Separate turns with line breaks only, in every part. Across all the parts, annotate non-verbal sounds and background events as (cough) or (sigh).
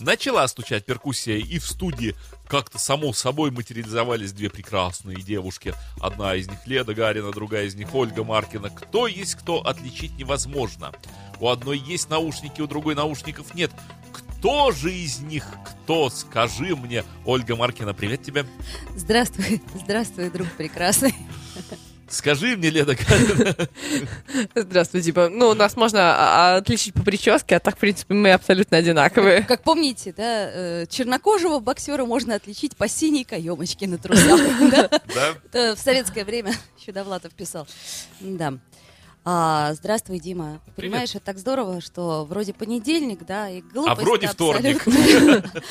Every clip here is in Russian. Начала стучать перкуссия, и в студии как-то само собой материализовались две прекрасные девушки. Одна из них Леда Гарина, другая из них Ольга Маркина. Кто есть кто, отличить невозможно. У одной есть наушники, у другой наушников нет. Кто же из них кто, скажи мне. Ольга Маркина, привет тебе.
Здравствуй, (laughs) здравствуй, друг прекрасный.
Скажи мне, Леда Гарина. (laughs)
Здравствуйте, типа, ну, нас можно а, отличить по прическе, а так, в принципе, мы абсолютно одинаковые.
Как помните, да, э, чернокожего боксера можно отличить по синей каемочке на
(laughs)
трусах. да?
Да?
Это В советское время (laughs) Чудовлатов писал. Да. А, здравствуй, Дима. Понимаешь, это так здорово, что вроде понедельник, да, и глупость
А вроде вторник.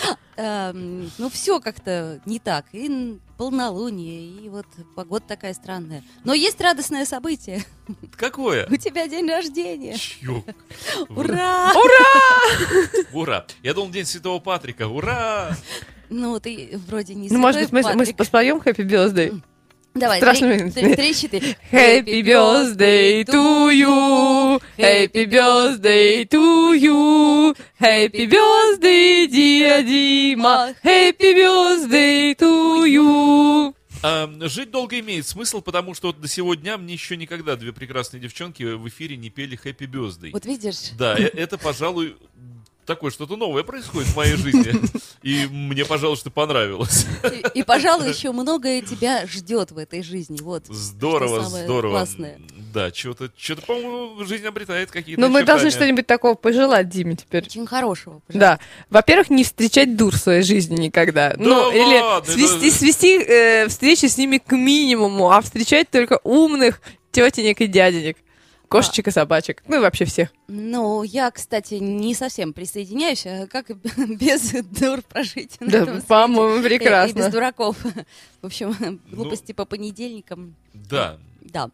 (laughs)
Ну, все как-то не так. И н- полнолуние, и вот погода такая странная. Но есть радостное событие. (laughs)
Какое?
У тебя день рождения.
Чё?
Ура!
Ура! Я думал, День Святого Патрика. Ура!
Ну, ты вроде не
Ну, может быть, мы,
святой,
мы
Патрик.
поспоем Happy Birthday?
Давай,
страшно
три-
меня-
три- три, четыре.
Happy birthday to you, happy birthday to you, happy birthday, dear Дима, happy birthday to you.
Эм, жить долго имеет смысл, потому что вот до сего дня мне еще никогда две прекрасные девчонки в эфире не пели Happy Birthday.
Вот видишь,
Да, э- это, пожалуй, такое что-то новое происходит в моей жизни. И мне, пожалуй, что понравилось.
и, и, пожалуй, еще многое тебя ждет в этой жизни. Вот.
Здорово,
Что самое
здорово.
классное.
Да, что-то, что-то, по-моему, жизнь обретает какие-то
Ну, мы должны
очертания.
что-нибудь такого пожелать Диме теперь.
Очень хорошего. пожалуйста.
Да. Во-первых, не встречать дур в своей жизни никогда. ну,
ладно,
или свести,
это-
свести э, встречи с ними к минимуму, а встречать только умных тетенек и дяденек. Кошечек и собачек. Ну и вообще всех.
Ну, я, кстати, не совсем присоединяюсь. А как (laughs) без дур прожить? на
Да,
этом свете?
по-моему,
И- И без
прекрасно.
дураков. В общем, глупости по понедельникам.
Да,
Да.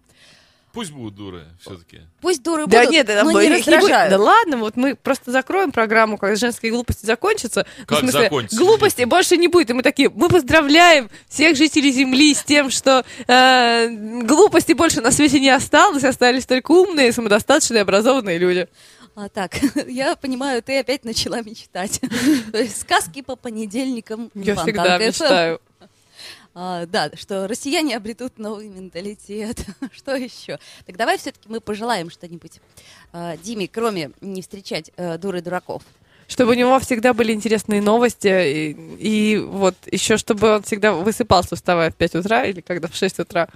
пусть будут дуры все-таки.
Пусть дуры
Да
Ну, будут,
нет, да,
но не
мы их не будем.
раздражают.
Да ладно, вот мы просто закроем программу, когда женские глупости закончатся. Ну,
Как
в смысле,
закончатся,
Глупости
Лиза?
больше не будет. И мы такие, мы поздравляем всех жителей Земли с тем, что э, глупости больше на свете не осталось, остались только умные, самодостаточные, образованные люди.
А так, (laughs) я понимаю, ты опять начала мечтать. (laughs) То есть сказки по понедельникам.
Я
Фонтанка
всегда
FM.
мечтаю.
А, да, что россияне обретут новый менталитет. (laughs) что еще? Так давай все-таки мы пожелаем что-нибудь а, Диме, кроме не встречать э, дуры дураков.
Чтобы у него всегда были интересные новости, и, и вот еще чтобы он всегда высыпался, вставая в 5 утра или когда в 6 утра.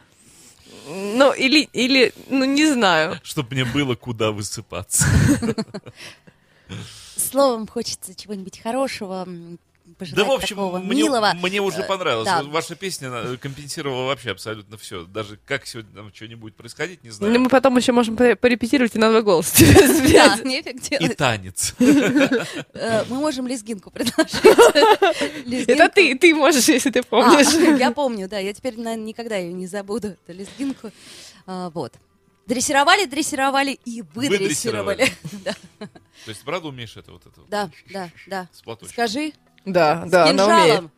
Ну, или, или ну, не знаю.
Чтобы мне было куда высыпаться.
Словом, хочется чего-нибудь хорошего, м,
Да,
пожелать
в общем,
такого
мне,
милого.
мне уже
Э,
понравилось.
да.
Вот Ваша песня она э, компенсировала вообще абсолютно все. Даже как сегодня там что-нибудь будет происходить, не
Ну,
знаю.
мы потом еще можем поре- порепетировать и на два (laughs) голоса.
Да, нефиг
И
делать.
танец.
Э, Мы можем лезгинку (laughs) предложить.
(laughs) Это
Лезгинку.
ты, ты можешь, если ты помнишь.
А, (laughs) я помню, да. Я теперь, наверное, никогда ее не забуду, эту лезгинку. А, вот. Дрессировали, дрессировали и (laughs) выдрессировали. (laughs) Да,
То есть, правда, умеешь это вот это? вот?
да, да, да.
С платочком.
Скажи,
Да,
с
да, она умеет.
кинжалом.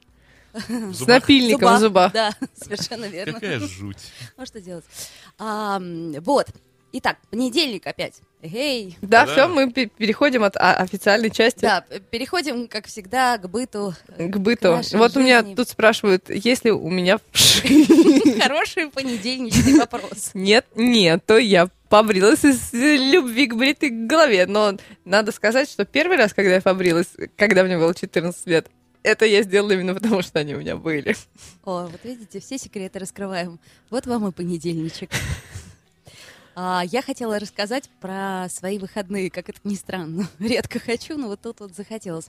В
С
зубах.
напильником в зубах.
Да, (laughs) совершенно верно.
Какая жуть.
Ну что делать? А, м, вот. Итак, понедельник опять. Эй.
Да,
Да.
все, мы пе- переходим от а, официальной части
Да, п- переходим, как всегда, к быту. (laughs)
к быту.
нашей
Вот у меня
жизни.
тут спрашивают, есть ли у меня
Хороший понедельничный вопрос.
(laughs) Нет, нет, то я побрилась из э, любви к бритой голове. Но надо сказать, что первый раз, когда я побрилась, когда мне было 14 лет, это я сделала именно потому, что они у меня были.
О, вот видите, все секреты раскрываем. Вот вам и
(laughs)
понедельничек. А, я хотела рассказать про свои выходные, как это ни странно. (laughs) Редко хочу, но вот тут вот захотелось.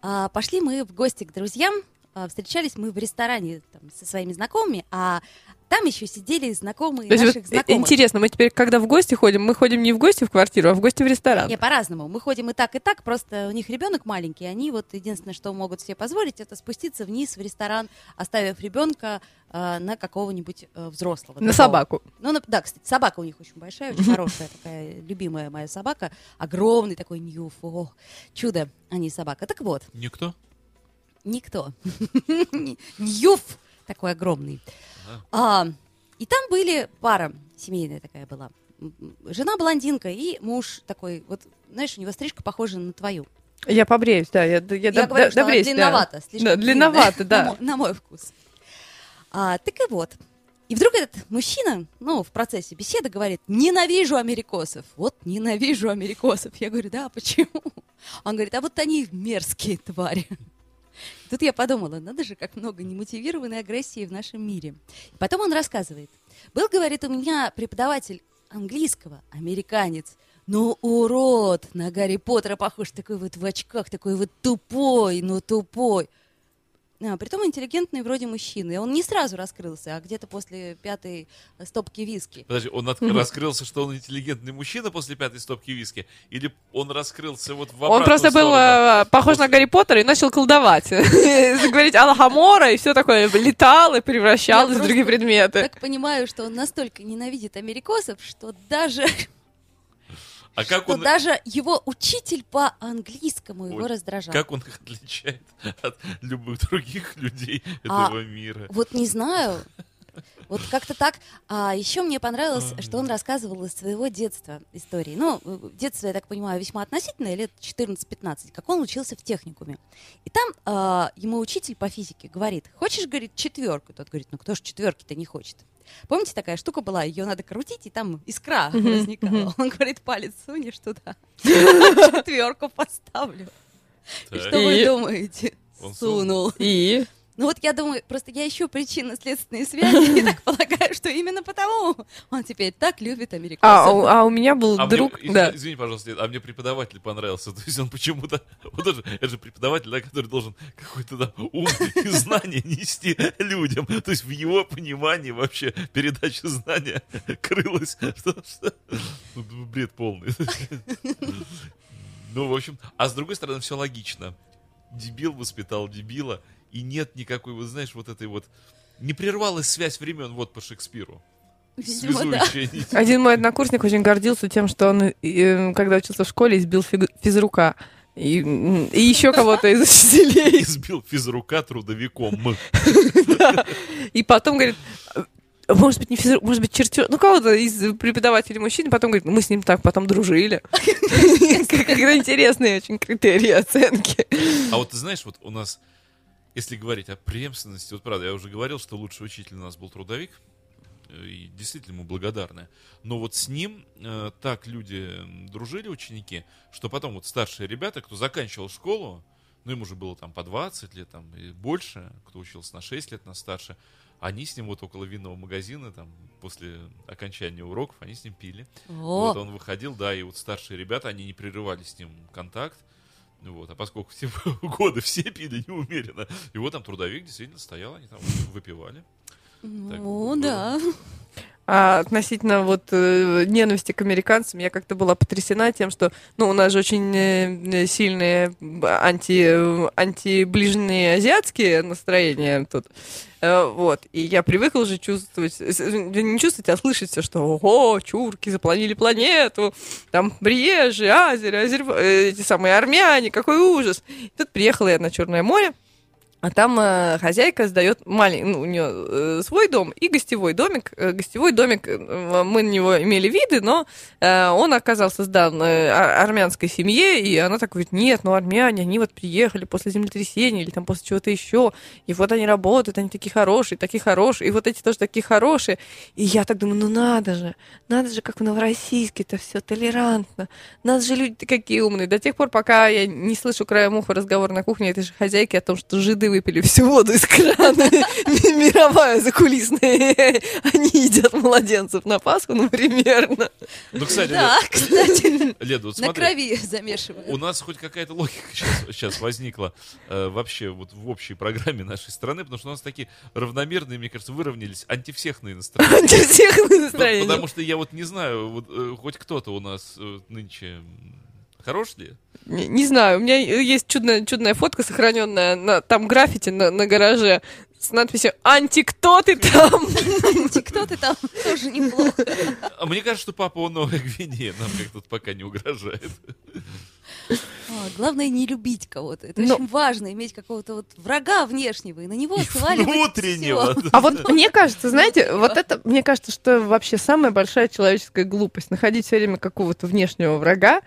А, пошли мы в гости к друзьям. А, встречались мы в ресторане там, со своими знакомыми, а Там еще сидели знакомые
То есть
наших
вот э,
знакомых.
интересно, мы теперь, когда в гости ходим, мы ходим не в гости в квартиру, а в гости в ресторан.
Не, по-разному. Мы ходим и так, и так, просто у них ребенок маленький, они вот единственное, что могут себе позволить, это спуститься вниз в ресторан, оставив ребенка э, на какого-нибудь э, взрослого.
На
другого.
собаку.
Ну, на- да, кстати, собака у них очень большая,
(laughs)
очень хорошая такая, любимая моя собака. Огромный такой ньюф, о, чудо, а не собака. Так вот,
Никто?
никто. (laughs) Ньюф такой огромный. А, и там были пара, семейная такая была. М, м, Жена блондинка и муж такой, вот, знаешь, у него стрижка похожа на твою.
Я побреюсь, да. Я, я,
Я
доб-
говорю,
до-
что она
добреюсь, да.
длинновата, слишком
Да,
длинная.
длинновата,
На
да.
мо- (laughs) На мой вкус. А, так и вот. И вдруг этот мужчина, ну, в процессе беседы говорит, ненавижу америкосов. Вот ненавижу америкосов. Я говорю, да, почему? Он говорит, а вот они мерзкие твари. Тут я подумала, надо же, как много немотивированной агрессии в нашем мире. Потом он рассказывает. Был, говорит, у меня преподаватель английского, американец. Ну, урод, на Гарри Поттера похож, такой вот в очках, такой вот тупой, ну тупой. А, притом интеллигентный вроде мужчины. И Он не сразу раскрылся, а где-то после пятой э, стопки виски.
Подожди, он от- раскрылся, что он интеллигентный мужчина после пятой стопки виски? Или он раскрылся вот в
Он
обратную
просто был
сторону?
э, похож на Гарри Поттера и начал колдовать. (laughs) Говорить Алхамора и все такое. Летал и превращал
Я
в другие
просто
предметы.
Так понимаю, что он настолько ненавидит америкосов, что даже,
А как
что
он,
даже его учитель по английскому его
Ой,
раздражал.
как он (laughs) их отличает от любых других людей
А,
этого мира?
Вот не знаю. Вот как-то так. А еще мне понравилось, что он рассказывал из своего детства истории. Ну, э, детство, я так понимаю, весьма относительное, лет 14-15, как он учился в техникуме. И там а, ему учитель по физике говорит, хочешь, говорит, четверку? Тот говорит, ну кто ж четверки-то не хочет? Помните, такая штука была, ее надо крутить, и там искра возникала. Он говорит, палец сунешь (laughs) туда, четверку поставлю. И
Так.
что вы
И-
думаете?
Э, Он сунул.
Сунул.
И?
Ну вот я думаю, просто я ищу причинно-следственные
(laughs)
связи и так полагаю, что именно потому он теперь так любит
А, у-
американцев.
а у меня был
А мне-
друг,
из-
да.
Извини, пожалуйста, Лен, а мне преподаватель понравился. (laughs) То есть он почему-то... вот это же- это же преподаватель, да, который должен какой-то да, ум и знания нести людям. То есть в его понимании вообще передача знания крылась. (laughs) что- что- ну, Бред полный. Ну, в общем... А с другой стороны, все логично. Дебил воспитал дебила, и нет никакой, вот знаешь, вот этой вот... Не прервалась связь времен вот по Шекспиру.
Видимо, да.
Связующая нить.
Один мой однокурсник очень гордился тем, что он, э, когда учился в школе, избил фигу- физрука. И, м, и еще кого-то из (laughs) учителей.
Избил физрука трудовиком.
И потом говорит, «Э, может быть, не физрук, может быть, чертер, ну кого-то из преподавателей мужчин, потом говорит, «Ну, мы с ним так потом дружили. Когда интересные очень критерии оценки.
А вот ты знаешь, вот у нас, если говорить о преемственности, вот правда, я уже говорил, что лучший учитель у нас был трудовик, э, и действительно ему благодарны. Но вот с ним э, так люди м, дружили, ученики, что потом вот старшие ребята, кто заканчивал школу, ну им уже было там по 20 лет там, и больше, кто учился на 6 лет, на старше, они с ним вот около винного магазина, там, после окончания уроков, они с ним пили. Вот
О,
он выходил, да, и вот старшие ребята, они не прерывали с ним контакт. Ну Вот, а поскольку все (laughs) годы все пили неумеренно, и вот там трудовик действительно стоял, они там выпивали. Так
ну
было.
да.
А относительно вот э, ненависти к американцам, я как-то была потрясена тем, что, ну, у нас же очень э, сильные анти, э, антиближние азиатские настроения тут. Э, вот. И я привыкла уже чувствовать, с- э, не чувствовать, а слышать все, что, ого, чурки запланили планету, там приезжие, азеры, азерб- э, эти самые армяне, какой ужас. И тут приехала я на Черное море, а там э, хозяйка сдает маленький, ну, у нее э, свой дом и гостевой домик. Э, гостевой домик, э, мы на него имели виды, но э, он оказался сдан э, ар- армянской семье, и она так говорит, нет, ну армяне, они вот приехали после землетрясения или там после чего-то еще, и вот они работают, они такие хорошие, такие хорошие, и вот эти тоже такие хорошие. И я так думаю, ну надо же, надо же, как в Новороссийске-то все толерантно, нас же люди какие умные. До тех пор, пока я не слышу краем уха разговор на кухне этой же хозяйки о том, что жиды воды выпили всю воду из крана. Ми- Мировая закулисная. Они едят младенцев на Пасху, ну, примерно.
Ну, кстати,
Да,
(laughs)
кстати,
Лед, Лед, вот
на
смотри.
крови замешивают.
У нас хоть какая-то логика (laughs) сейчас, возникла э, вообще вот в общей программе нашей страны, потому что у нас такие равномерные, мне кажется, выровнялись антивсехные
(laughs)
настроения.
Для всех
По-
настроений.
Потому что я вот не знаю, вот, э, хоть кто-то у нас э, нынче м, хорош ли?
Не, не знаю, у меня есть чудная, чудная фотка, сохраненная на там граффити на, на гараже с надписью «Анти, кто ты там?»
Кто ты там тоже неплохо.
А Мне кажется, что папа у (laughs) Новой Гвинеи нам как-то пока не угрожает.
А, Главное не любить кого-то. Это
Но-
очень важно, иметь какого-то вот врага внешнего, и на него
И
сваливать
внутреннего.
всё.
А вот мне кажется, знаете, вот это, мне кажется, что вообще самая большая человеческая глупость. Находить все время какого-то внешнего врага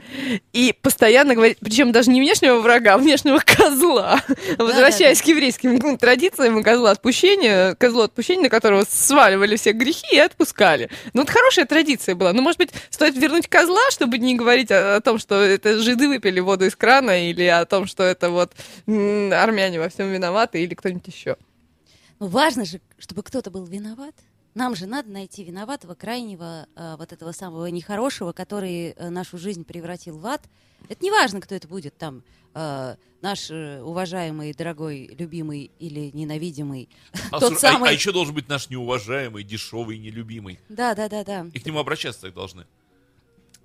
и постоянно говорить, причем даже не внешнего врага, а внешнего козла. Возвращаясь к еврейским ну, традициям, козла отпущения, козло отпущения, на которого сваливали все грехи и отпускали. Ну, вот хорошая традиция была. Ну, может быть, стоит вернуть козла, чтобы не говорить о, о том, что это жиды выпили воду из крана, или о том, что это вот м, армяне во всем виноваты, или кто-нибудь еще.
Ну, важно же, чтобы кто-то был виноват. Нам же надо найти виноватого, крайнего, э, вот этого самого нехорошего, который э, нашу жизнь превратил в ад. Это не важно, кто это будет там, э, наш э, уважаемый, дорогой, любимый или ненавидимый.
А,
Тот
слушай, а-
самый.
а еще должен быть наш неуважаемый, дешевый, нелюбимый.
Да, да, да, да.
И к нему обращаться так должны.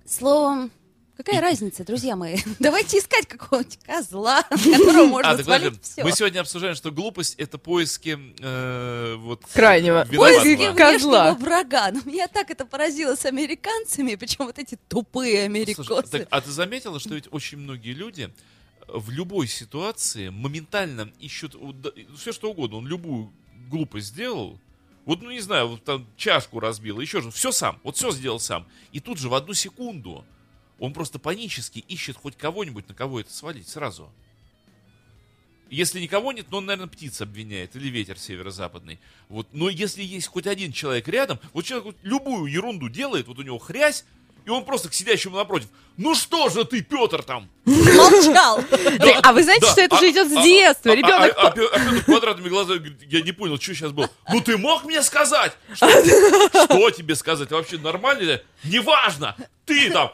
Словом, какая разница, друзья мои? (laughs) Давайте искать какого-нибудь козла, (laughs) на которого
А,
можно
так,
свалить
подожди,
все.
мы сегодня обсуждаем, что глупость это поиски э, вот
Крайнего.
виноватого.
Поиски
Внешнего
Козла.
врага. Но меня так это поразило с американцами, причем вот эти
Слушай,
тупые американцы.
так, а ты заметила, что ведь очень многие люди э, в любой ситуации моментально ищут все что угодно, он любую глупость сделал, вот, ну, не знаю, вот там чашку разбил, еще же, все сам, вот все сделал сам. И тут же в одну секунду он просто панически ищет хоть кого-нибудь, на кого это свалить сразу. Если никого нет, ну, он, наверное, птиц обвиняет или ветер северо-западный. Вот. Но если есть хоть один человек рядом, вот человек вот любую ерунду делает, вот у него хрясь, и он просто к сидящему напротив. Ну что же ты, Петр, там? (laughs)
Молчал.
Да, а вы знаете,
Да,
что это
а-
же идет
а-
с детства?
а- а-
Ребенок
а- а Пе- а Петр квадратными глазами говорит, я не понял, что сейчас было. Ну ты мог мне сказать? Что, что тебе сказать? Вообще нормально? Неважно! Ты там!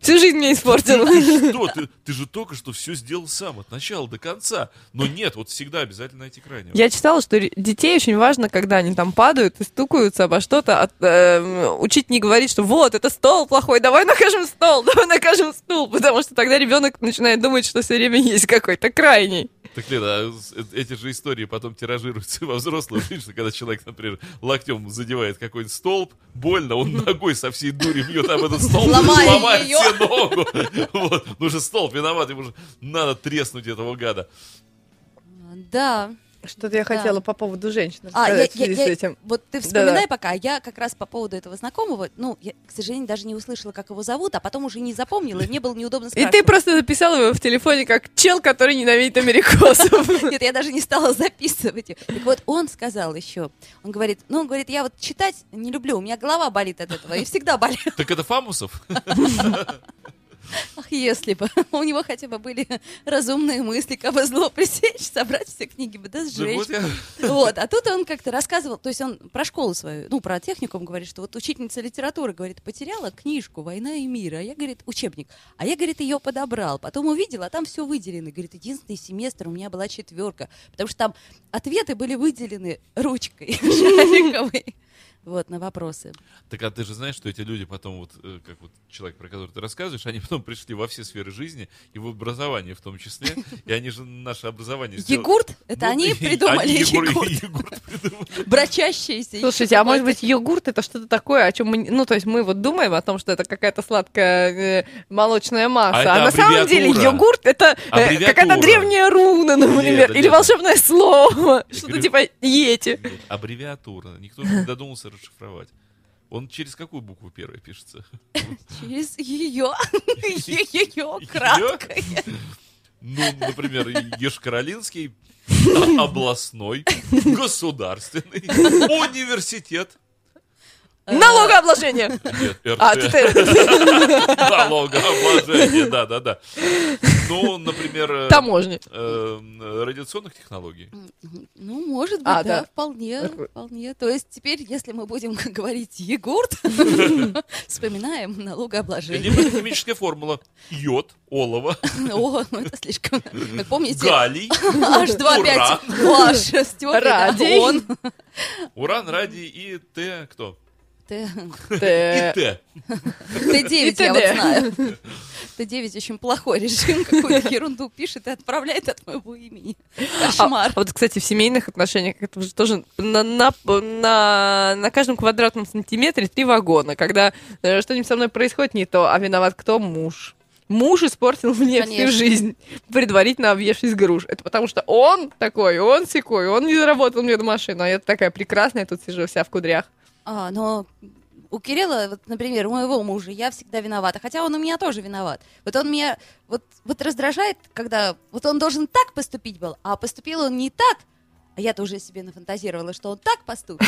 всю жизнь мне испортил.
(laughs) Что? Ты, ты же только что все сделал сам, от начала до конца. Но нет, вот всегда обязательно найти крайнего.
Я читала, что ре- детей очень важно, когда они там падают и стукаются обо что-то, от- эм, учить не говорить, что вот, это стол плохой, давай накажем стол, (laughs) давай накажем стул, потому что тогда ребенок начинает думать, что все время есть какой-то крайний.
Так, Лена, а с- э- эти же истории потом тиражируются (laughs) во взрослую жизнь, что когда человек, например, локтем задевает какой-нибудь столб, больно, он ногой со всей дури бьет об этот столб, (laughs)
Ломая
ломает
её.
себе ногу. (laughs) Вот. Ну же столб виноват, ему же надо треснуть этого гада.
Да.
Что-то я
хотела
по поводу женщин
А, я- я- я- Вот ты
Да-да.
вспоминай пока, а я как раз по поводу этого знакомого, ну, я, к сожалению, даже не услышала, как его зовут, а потом уже не запомнила, и мне было неудобно
(laughs) И
спрашивать.
ты просто записал его в телефоне как чел, который ненавидит америкосов. (laughs)
Нет, я даже не стала записывать. её. Так вот, он сказал еще, он говорит, ну, он говорит, я вот читать не люблю, у меня голова болит от этого, и всегда болит. (laughs)
Так это Фамусов?
Ах, если бы (laughs) у него хотя бы были разумные мысли, кого зло пресечь, собрать все книги БДС,
Да
сжечь.
вот я-
Вот, а тут он как-то рассказывал, то есть он про школу свою, ну, про техникум говорит, что вот учительница литературы, говорит, потеряла книжку «Война и мир», а я, говорит, учебник, а я, говорит, ее подобрал, потом увидела, а там все выделено, говорит, единственный семестр у меня была четверка, потому что там ответы были выделены ручкой (laughs) шариковой, вот, на вопросы.
Так а ты же знаешь, что эти люди потом, вот, э, как вот человек, про которого ты рассказываешь, они потом пришли во все сферы жизни, и в образование в том числе, и они же наше образование сделали-
Егурт? Это
Ну,
они
и- (laughs)
придумали
они Егор-
егурт?
Егурт придумали.
Брачащиеся.
Слушайте, а может быть йогурт это что-то такое, о чем мы, не- ну то есть мы вот думаем о том, что это какая-то сладкая э, молочная
А
масса,
это
а, на самом деле
аббревиатура.
йогурт это э,
Аббревиатура.
какая-то древняя руна, например,
Нет,
или
нет.
волшебное слово, что-то
говорю-
типа ети.
Аббревиатура. Никто же не додумался расшифровать. Он через какую букву первая пишется?
Через (laughs) ее, ее краткое.
(laughs)
Ну, например, Ешкаролинский, областной, государственный, университет. А.
Э,
Налогообложение!
Нет,
А, тут
РТ. (laughs)
э,
Налогообложение, да-да-да. Ну, например, например, э,
Таможни.
э, радиационных технологий.
Ну, может быть,
А,
да,
да.
вполне,
Такой.
вполне. То есть теперь, если мы будем (laughs) говорить
(laughs)
йогурт, вспоминаем налогообложение.
Либо химическая формула. Йод, олово,
(laughs) О, ну это слишком. Как помните,
галлий,
H2O5,
Ура.
OH, стёклый, да,
Радий.
он.
уран, радий и Т. Кто?
Т-
И
Т.
Т.
Т9 я вот
TD.
знаю. Т9 очень плохой режим, какую-то ерунду пишет и отправляет от моего имени.
А,
Кошмар.
а вот, кстати, в семейных отношениях это уже тоже на, на, на, на каждом квадратном сантиметре три вагона. Когда э, что-нибудь со мной происходит не то, а виноват кто? Муж. Муж испортил мне всю
Конечно.
жизнь, предварительно объевшись груш. Это потому что он такой, он секой, он не заработал мне эту машину, а я такая прекрасная, тут сижу вся в кудрях.
А, но у Кирилла, вот, например, у моего мужа, я всегда виновата, хотя он у меня тоже виноват. Вот он меня вот, вот раздражает, когда вот он должен так поступить был, а поступил он не так, а я-то уже себе нафантазировала, что он так поступит.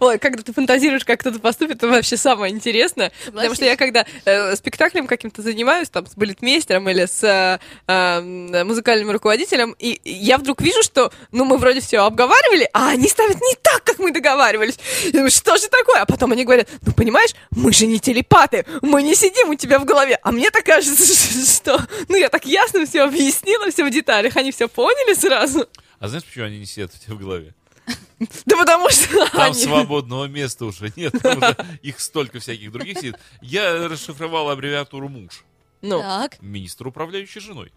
Ой, когда ты фантазируешь, как кто-то поступит, это вообще самое интересное. Потому что я когда э, спектаклем каким-то занимаюсь, там, с балетмейстером или с э, э, музыкальным руководителем, и и я вдруг вижу, что, ну, мы вроде все обговаривали, а они ставят не так, как мы договаривались. Я думаю, что же такое? А потом они говорят, ну, понимаешь, мы же не телепаты, мы не сидим у тебя в голове. А мне так кажется, (laughs) что, ну, я так ясно все объяснила, все в деталях, они все поняли сразу.
А знаешь, почему они не сидят у тебя в голове?
Да потому что
Там
они...
свободного места уже нет, потому что их столько всяких других сидит. Я расшифровал аббревиатуру муж.
Ну,
Так.
Министр, управляющий женой.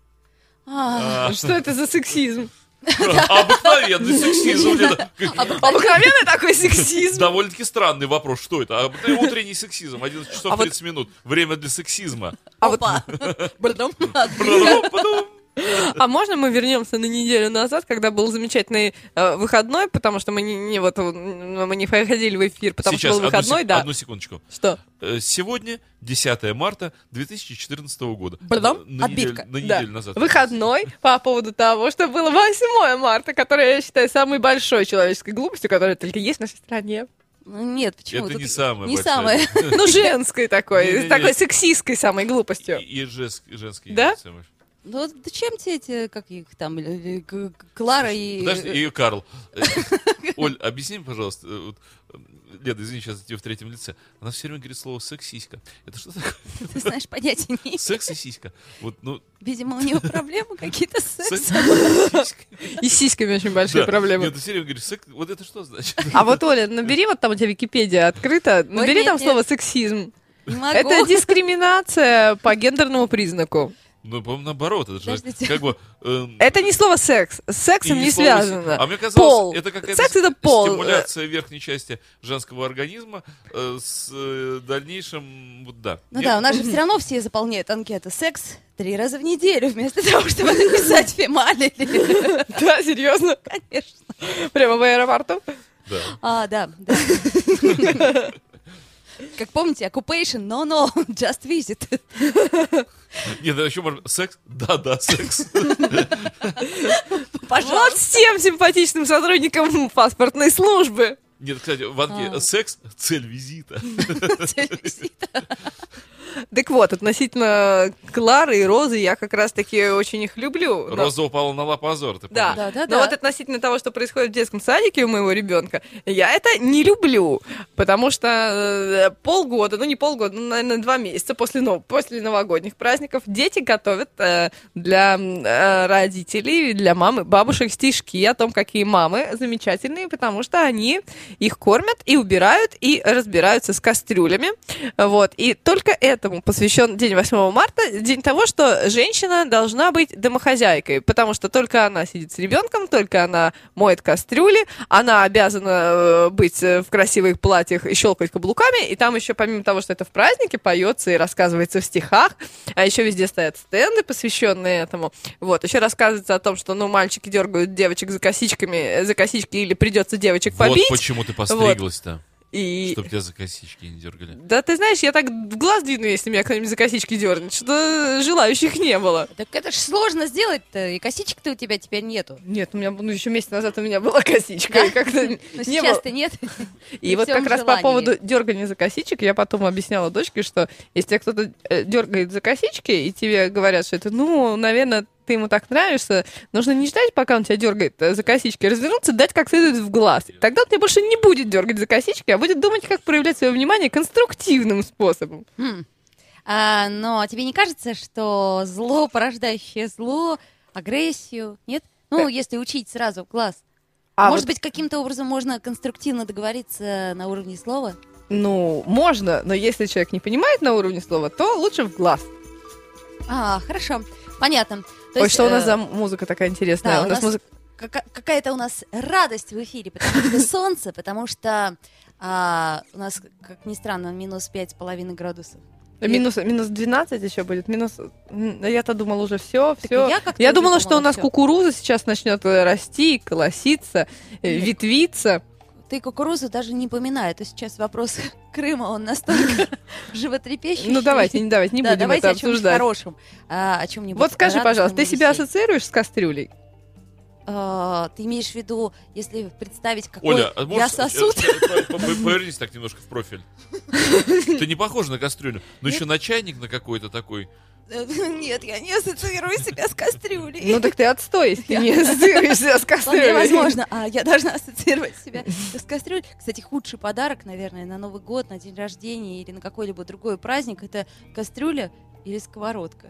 А,
А,
что это за сексизм?
Обыкновенный сексизм. Это
А
как-
Обыкновенный такой сексизм.
Довольно-таки странный вопрос, что это? Обыкновенный утренний сексизм, 11
А
часов
вот-
30 минут. Время для сексизма.
А вот-
опа.
(laughs) А можно мы вернемся на неделю назад, когда был замечательный э, выходной, потому что мы не, не вот м, мы не ходили в эфир, потому
Сейчас,
что был
одну
выходной,
сек-
да.
одну секундочку.
Что?
Э, Сегодня 10 марта 2014 года.
Пардон?
На неделю,
Отбивка.
на
Да.
неделю назад.
Выходной по поводу того, что было 8 марта, которое я считаю самой большой человеческой глупостью, которая только есть в нашей стране.
Ну, Нет, почему?
Это
Тут
не самое
Не
большое.
самое.
Ну, женской такой,
Не-не-не.
такой сексистской самой глупостью.
И, и жес- женский.
Да?
самый.
Ну, вот зачем тебе эти, как их там, э, э, К- К- Клара и...
Подожди, и
(laughs)
Карл. Э, Оль, объясни, мне, пожалуйста. э, вот, э, Леда, извини, сейчас я тебе в третьем лице. Она все время говорит слово «сексиська». Это что такое?
(laughs) Ты знаешь, понятия не...
Секс и сиська. Вот, ну,
Видимо, у него проблемы какие-то с
секс
сексом.
и
(laughs)
сиська.
И с сиськами очень большие
Да.
проблемы.
Нет, ты все время говоришь, секс, вот это что значит?
А вот, Оля, набери, вот там у тебя Википедия открыта, набери
нет,
там
нет.
слово сексизм.
Не могу.
Это дискриминация по гендерному признаку.
Ну, по-моему, наоборот. Это же
Подождите.
как бы... эм,
Это не слово секс. С
и
сексом не
слово се-
связано.
А мне казалось,
Пол.
это какая-то
Секс
с-
это пол.
стимуляция верхней части женского организма э, с э, дальнейшим... Вот, да.
Ну
Нет?
да, у нас же все равно все заполняют анкеты. Секс три раза в неделю, вместо того, чтобы написать фемалили.
(laughs) Да, серьезно?
(laughs) Конечно.
Прямо в аэропорту?
Да.
А, да, да. (laughs) Как помните, occupation, no, no, just visit.
Нет, да еще можно... Секс? Да-да, секс.
Вот
Пожалуйста. (laughs)
всем симпатичным сотрудникам паспортной службы.
Нет, кстати, в анке
А.
секс — цель визита.
телевизит.
Так вот, относительно Клары и Розы, я как раз-таки очень их люблю. Но-
Роза упала на лапу Азора, ты
Да.
помнишь?
Да, да,
Но
да.
вот относительно того, что происходит в детском садике у моего ребенка, я это не люблю, потому что э, полгода, ну не полгода, ну, наверное, два месяца после, нов- после новогодних праздников дети готовят э, для м, э, родителей, для мамы, бабушек стишки о том, какие мамы замечательные, потому что они их кормят и убирают и разбираются с кастрюлями. Вот. И только этому посвящен день 8 марта, день того, что женщина должна быть домохозяйкой, потому что только она сидит с ребенком, только она моет кастрюли, она обязана э, быть э, в красивых платьях и щелкать каблуками, и там еще помимо того, что это в празднике, поется и рассказывается в стихах, а еще везде стоят стенды, посвященные этому. Вот, еще рассказывается о том, что, ну, мальчики дергают девочек за косичками, э, за косички, или придется девочек
Вот
побить.
почему ты постриглась-то,
и...
чтобы тебя за косички не дергали.
Да ты знаешь, я так в глаз двину, если меня кто-нибудь за косички дернет, что желающих не было.
Так это ж сложно сделать-то, и косичек-то у тебя теперь нету.
Нет, у меня, ну, еще месяц назад у меня была косичка, и
Но
как-то не было.
сейчас-то нет.
И вот
всем
как раз по
желании.
поводу дергания за косичек, я потом объясняла дочке, что если тебя кто-то э, дергает за косички, и тебе говорят, что это, ну, наверное, ты ему так нравишься, нужно не ждать, пока он тебя дергает э, за косички, а развернуться, дать как следует в глаз. Тогда он тебя больше не будет дергать за косички, а будет думать, как проявлять свое внимание конструктивным способом.
М. А, но тебе не кажется, что зло, порождающее зло, агрессию, нет? Ну, если учить сразу, класс.
А
Может
вот-
быть, каким-то образом можно конструктивно договориться на уровне слова?
Ну, можно, но если человек не понимает на уровне слова, то лучше в глаз.
А, хорошо, понятно. То
Ой,
есть,
что у нас
э,
за музыка такая интересная?
да,
у
у
нас
нас-
музы-
кака- какая-то у нас радость в эфире, потому что (laughs) солнце, потому что а, у нас, как ни странно, минус пять с половиной градусов.
Минус, минус 12 еще будет, минус... М, Я-то думала уже все,
Так
все.
я как-то
Я
уже
думала, что у нас
всё.
кукуруза сейчас начнет расти, колоситься, э,
Нет.
ветвиться.
Ты кукурузу даже не поминай, а то сейчас вопрос (laughs) Крыма, он настолько (laughs) животрепещущий.
Ну давайте, не давайте, не
Да,
будем
давайте
это
о чем-нибудь
обсуждать.
хорошем, а, о чем-нибудь
Вот скажи,
радостном
пожалуйста, ты
или
себя
весельном.
ассоциируешь
(laughs)
с кастрюлей?
А, Ты имеешь в виду, если представить, какой
Оля, а
я
можешь, э,
сосуд?
э, по- по- повернись так немножко в профиль. Ты не похожа на кастрюлю, но еще на чайник на какой-то такой. э,
(laughs) Нет, я не ассоциирую себя с кастрюлей.
Ну так ты отстой, если ты не ассоциируешь себя с
Вполне
кастрюлей.
возможно, а я должна ассоциировать
(laughs)
себя с кастрюлей. Кстати, худший подарок, наверное, на Новый год, на день рождения или на какой-либо другой праздник, это кастрюля или сковородка.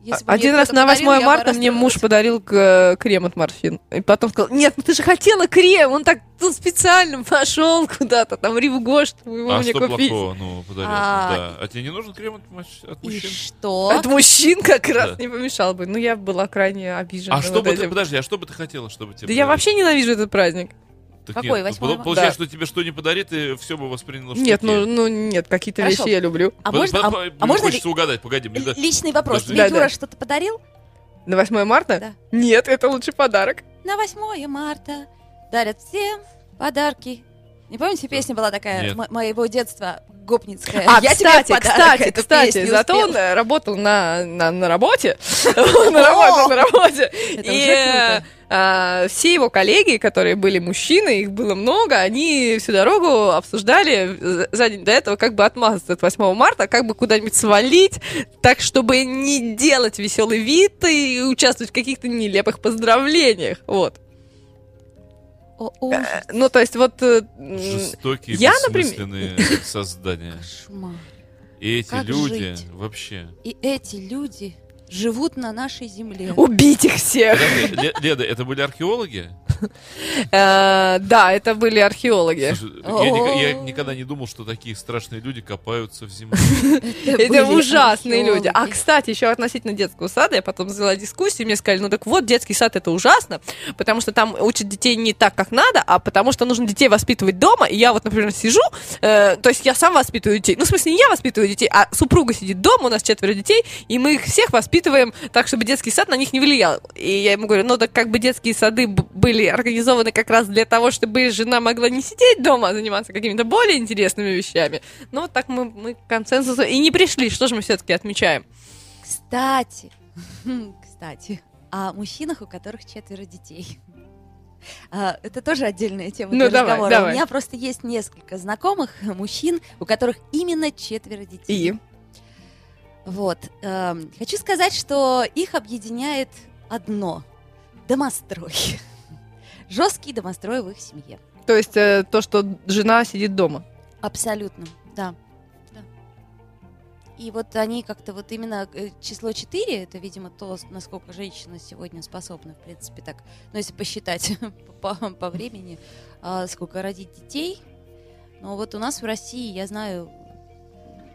Если бы мне
А Один раз
кто-то
на 8
подарил, я бы
марта мне муж
расстроилась.
подарил э, крем от морщин. И потом сказал, нет, ну ты же хотела крем, он так он специально пошел куда-то, там Ривго, чтобы его
а
мне
что
купить.
плохого? Ну, подарил.
А,
да. А тебе не нужен крем от мощ- от
И
мужчин?
что?
От мужчин как
Да.
раз не помешал бы. Ну, я была крайне обижена.
А что
вот
бы ты,
этим.
подожди, а что бы ты хотела, чтобы тебе
Да я вообще ненавижу этот праздник.
Какой, восьмого?
Получается, что тебе что не подарит, и все бы восприняло в
Нет,
штыки.
ну, ну нет, какие-то
Хорошо.
вещи я люблю.
А
По-
можно,
по-
а-
по-
а можно ли- Э,
Хочется угадать, погоди. мне да-
личный вопрос.
Подожди.
Тебе
Да,
Юра
да.
что-то подарил?
На 8 марта?
Да.
Нет, это лучший подарок.
На 8 марта дарят всем подарки. Не помните, песня была такая
Нет.
м- моего детства гопницкая.
А,
Э, Я тебе
кстати,
подарок,
кстати,
эту
кстати,
песню
зато
успела.
он э, работал на, на, на работе.
(laughs)
Он работал на работе.
Это
И
уже круто.
э, а, все его коллеги, которые были мужчины, их было много, они всю дорогу обсуждали за- за день до этого, как бы отмазаться от 8 марта, как бы куда-нибудь свалить, так, чтобы не делать веселый вид и участвовать в каких-то нелепых поздравлениях. Вот.
э, О, ужас,
Ну, то есть, вот... э, м,
Жестокие,
Я, например-
бессмысленные
(laughs)
создания.
кошмар.
И эти
Как
люди
жить?
вообще.
И эти люди живут на нашей земле.
Убить их всех!
Подожди, Ле- Леда, это были археологи?
Э, Да, это были археологи.
Слушай, я, ника- я никогда не думал, что такие страшные люди копаются в земле.
(laughs)
Это
были
ужасные люди. А,
археологи.
кстати, еще относительно детского сада, я потом взяла дискуссию, мне сказали, ну так вот, детский сад это ужасно, потому что там учат детей не так, как надо, а потому что нужно детей воспитывать дома. И я вот, например, сижу, э, то есть я сам воспитываю детей. Ну, в смысле, не я воспитываю детей, а супруга сидит дома, у нас четверо детей, и мы их всех воспитываем так, чтобы детский сад на них не влиял. И я ему говорю, ну так как бы детские сады б- были организованы как раз для того, чтобы жена могла не сидеть дома, а заниматься какими-то более интересными вещами. Ну, вот так мы, мы к консенсусу и не пришли. Что же мы все-таки отмечаем?
Кстати, (laughs) кстати, о мужчинах, у которых четверо детей. А, Это тоже отдельная тема
Ну,
для
давай,
разговора.
давай.
У меня просто есть несколько знакомых э, мужчин, у которых именно четверо детей.
И?
Вот. эм, Хочу сказать, что их объединяет одно – домострой. (laughs) Жесткий домострой в их семье.
То есть э, то, что жена сидит дома.
Абсолютно, да. Да. И вот они как-то вот именно э, число 4, это, видимо, то, с- насколько женщина сегодня способна, в принципе, так, ну, если посчитать (laughs) по, по времени, а, сколько родить детей. Но вот у нас в России, я знаю,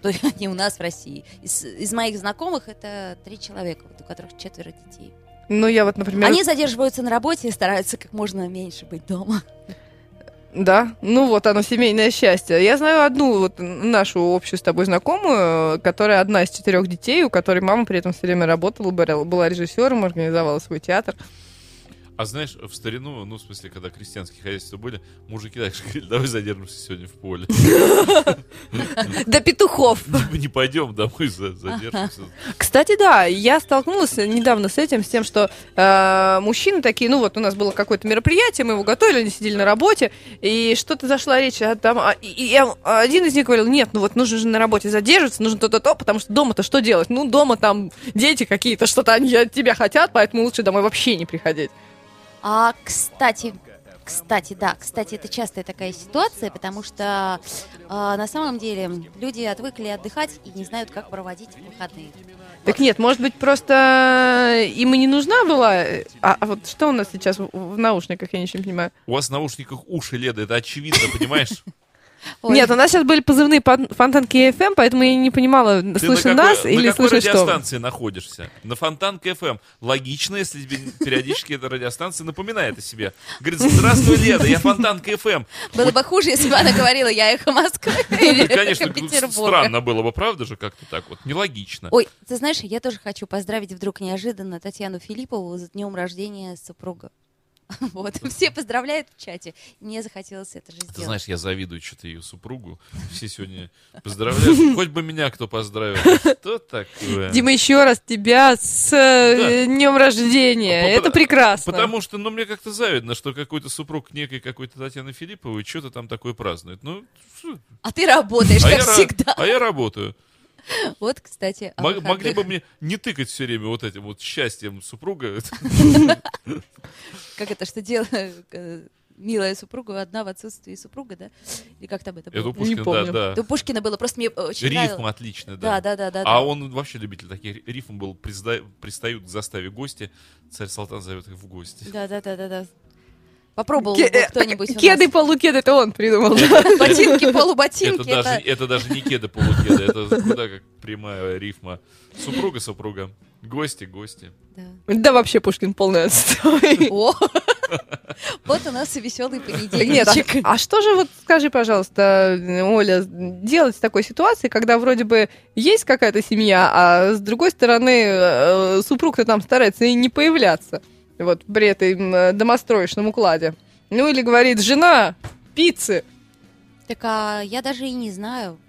то есть не у нас в России, из, из моих знакомых это три человека, вот у которых четверо детей.
Ну, я вот, например...
Они задерживаются на работе и стараются как можно меньше быть дома. (laughs)
Да, ну вот оно, семейное счастье. Я знаю одну вот нашу общую с тобой знакомую, которая одна из четырех детей, у которой мама при этом все время работала, была была режиссером, организовала свой театр.
А знаешь, в старину, ну, в смысле, когда крестьянские хозяйства были, мужики так же говорили, давай задержимся сегодня в поле.
До петухов.
Мы не пойдем домой, за-
(laughs)
задержимся.
Кстати, да, я столкнулась недавно с этим, с тем, что э, мужчины такие, ну вот у нас было какое-то мероприятие, мы его готовили, они сидели на работе, и что-то зашла речь, а там, а, и, и я- а один из них говорил, нет, ну вот нужно же на работе задерживаться, нужно то-то-то, потому что дома-то что делать? Ну, дома там дети какие-то, что-то они от тебя хотят, поэтому лучше домой вообще не приходить.
А, кстати, кстати, да, кстати, это частая такая ситуация, потому что э, на самом деле люди отвыкли отдыхать и не знают, как проводить выходные.
Так нет, может быть, просто им и не нужна была, э, а, а вот что у нас сейчас в, в наушниках, я ничего не понимаю.
У вас в наушниках уши, Леда, это очевидно, понимаешь?
Ой,
Нет, у нас сейчас были позывные пан- фонтанки FM, Эм, поэтому я не понимала,
Ты
слышно
на какой-
нас или
на какой
слышно что.
радиостанции находишься? На Фонтан КФМ. Логично, если тебе периодически эта радиостанция напоминает о себе. Говорит, здравствуй, Леда, я Фонтан КФМ.
было бы хуже, если бы она говорила, я эхо Москвы
(laughs)
или
Ну,
эхо
Конечно,
Петербурга.
странно было бы, правда же, как-то так вот, нелогично.
Ой, ты знаешь, я тоже хочу поздравить вдруг неожиданно Татьяну Филиппову за днем рождения супруга. (laughs) Вот, все поздравляют в чате. Мне захотелось это же сделать.
Ты знаешь, я завидую что-то ее супругу. Все сегодня поздравляют. Хоть бы меня кто поздравил. Что такое?
Дима, еще раз тебя с э, днем рождения.
По- по-
Это прекрасно.
Потому что, ну, мне как-то завидно, что какой-то супруг некой какой-то Татьяны Филипповой что-то там такое празднует. Ну, что?
А ты работаешь,
а,
как
я, ра-
всегда.
а я работаю.
Вот, кстати, о
Мог- могли
выходных.
бы мне не тыкать все время вот этим вот счастьем супруга. (laughs)
Как это, что дело, (laughs) э, милая супруга, одна в отсутствии супруга, да? Или как там это
Это у
было?
Пушкина,
помню.
да,
Да
да.
у Пушкина было, просто мне очень
Рифм
нравилось.
отличный,
Да, да, да, да. да.
А он вообще любитель таких рифм был. Призда- Пристают к заставе гости. Царь Салтан зовет их в гости.
Да, (laughs) да, да, да, да. Попробовал
Ке-
бы
э,
кто-нибудь у нас.
Кеды, полукеды, это
(laughs)
он придумал.
Ботинки,
Это
полуботинки.
даже,
это-
это даже не кеда полукеда, это куда как прямая рифма. Супруга, супруга. Гости, гости.
(laughs) Да.
Да вообще Пушкин полный отстой.
О! (laughs) Вот у нас и веселый
Нет, а,
понедельничек.
а что же вот скажи, пожалуйста, Оля, делать в такой ситуации, когда вроде бы есть какая-то семья, а с другой стороны э, супруг-то там старается и не появляться вот при этом э, домостроечном укладе. Ну или говорит, жена, пиццы.
Так а я даже и не знаю,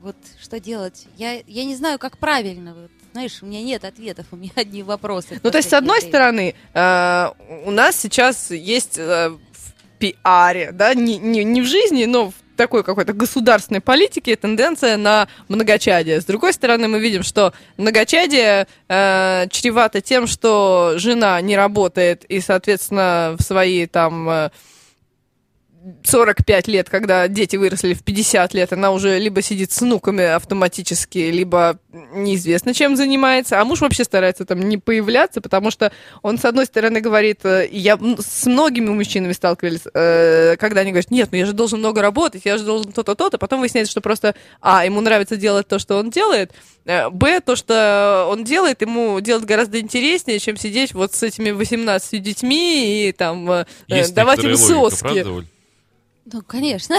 вот что делать. Я, я не знаю, как правильно. Вот, знаешь, у меня нет ответов, у меня одни вопросы.
Ну то есть с
только
одной
и-
стороны э, у нас сейчас есть э, в пиаре, да, не, не- не в жизни, но в такой какой-то государственной политике тенденция на многочадие. С другой стороны, мы видим, что многочадие э, чревато тем, что жена не работает и, соответственно, в свои там э, 45 лет, когда дети выросли в 50 лет, она уже либо сидит с внуками автоматически, либо неизвестно чем занимается, а муж вообще старается там не появляться, потому что он, с одной стороны, говорит, э, я м- с многими мужчинами сталкивались, э, когда они говорят, нет, ну я же должен много работать, я же должен то-то, то-то, потом выясняется, что просто, а, ему нравится делать то, что он делает, э, б, то, что он делает, ему делать гораздо интереснее, чем сидеть вот с этими 18 детьми и там э,
Есть
давать им
некоторая логика,
соски.
правда, Оль?
Ну, конечно.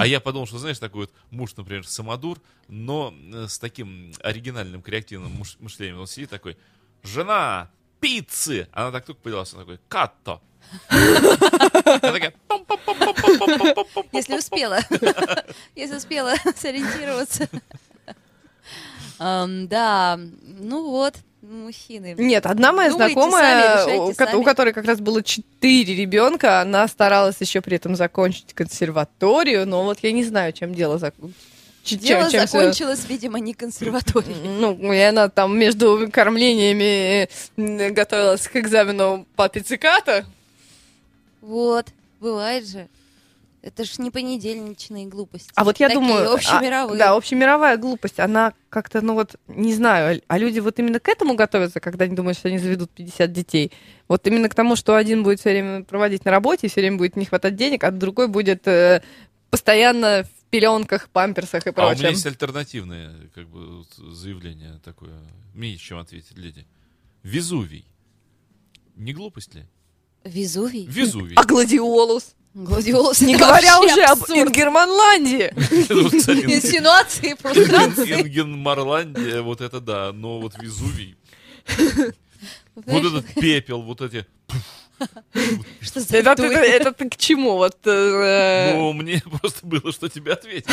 А я подумал, что, знаешь, такой вот муж, например, самодур, но э, с таким оригинальным креативным мыш- мышлением. Он сидит такой, жена, пиццы! Она так только поделась, он такой, катто. Она такая, «Пам-пам-пам-пам-пам-пам-пам-пам-пам-пам».
Если
(laughs)
успела. Если успела (laughs) сориентироваться. Ам, Да, ну вот, мужчины.
Нет, одна моя
Думайте
знакомая,
ну, сами, решайте
у, ко- у
сами.
которой как раз было четыре ребенка, она старалась еще при этом закончить консерваторию, но вот я не знаю, чем дело зак- ч-
Дело
чем- чем всё-
закончилось, видимо, не консерваторией.
Ну, и она там между кормлениями э, готовилась к экзамену по пицциката.
Вот, бывает же. Это ж не понедельничные глупости.
А вот я
Такие
думаю... а,
общемировые.
да, общемировая глупость, она как-то, ну вот, не знаю, а люди вот именно к этому готовятся, когда они думают, что они заведут 50 детей. Вот именно к тому, что один будет все время проводить на работе, все время будет не хватать денег, а другой будет э, постоянно в пеленках, памперсах и
А у
прочем.
меня есть альтернативное как бы, вот заявление такое. Мне есть чем ответить, леди. Везувий. Не глупость ли?
Везувий.
Везувий.
А гладиолус?
Гладиолус. (laughs)
Не
это
говоря
вообще
уже об
абсурд.
Ингерманландии.
Вот, кстати,
Инсинуации,
Инген-
фрустрации.
Ингенмарландия, вот это да, но вот Везувий. Вот этот пепел, вот эти... пф,
Что за
Это, (laughs) это-
туй?
это ты к чему? Вот, э,
Ну, мне (laughs) просто было, что тебе
(laughs)
ответить.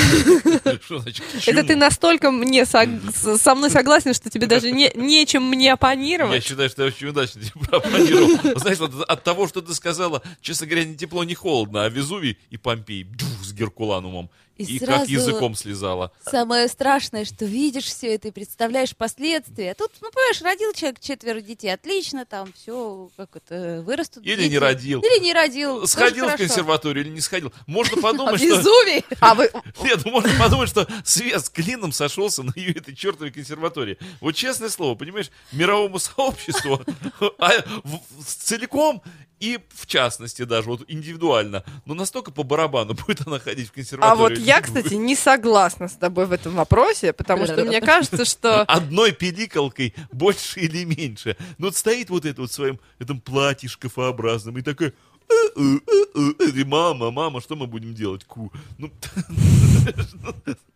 Что значит, к
это
чему?
ты настолько мне сог- с- со мной согласен, что тебе даже не, нечем мне
Я
оппонировать.
считаю, что я очень удачно тебе пропонировал. (laughs) Знаешь, вот от того, что ты сказала, честно говоря, не тепло, не холодно, а Везувий и Помпей бдюх, с Геркуланумом.
И
И как
сразу-
языком слезала.
Самое страшное, что видишь все это и представляешь последствия. А тут, ну, понимаешь, родил человек четверо детей, отлично, там все, как это, вырастут
Или
дети.
не родил.
Или не родил. тоже
Сходил в
хорошо.
консерваторию или не сходил?
(laughs)
Можно
А
подумать, что...
Везувий?
А вы...
(laughs) Нет, ну можно подумать, что свет с клином сошелся на ее этой чертовой консерватории. Вот честное слово, понимаешь, мировому (laughs) сообществу а, в- в- целиком и в частности даже, вот индивидуально, но настолько по барабану (laughs) будет она ходить в
А
консерваторию.
вот я,
или не будет.
кстати, не согласна с тобой в этом вопросе, потому что мне кажется,
(laughs)
что...
Одной пиликалкой больше или меньше. Но вот стоит вот это вот в своем этом платье шкафообразном и такая... «Э, э, э, э, э». И мама, мама, что мы будем делать? Ку. Ну, (laughs)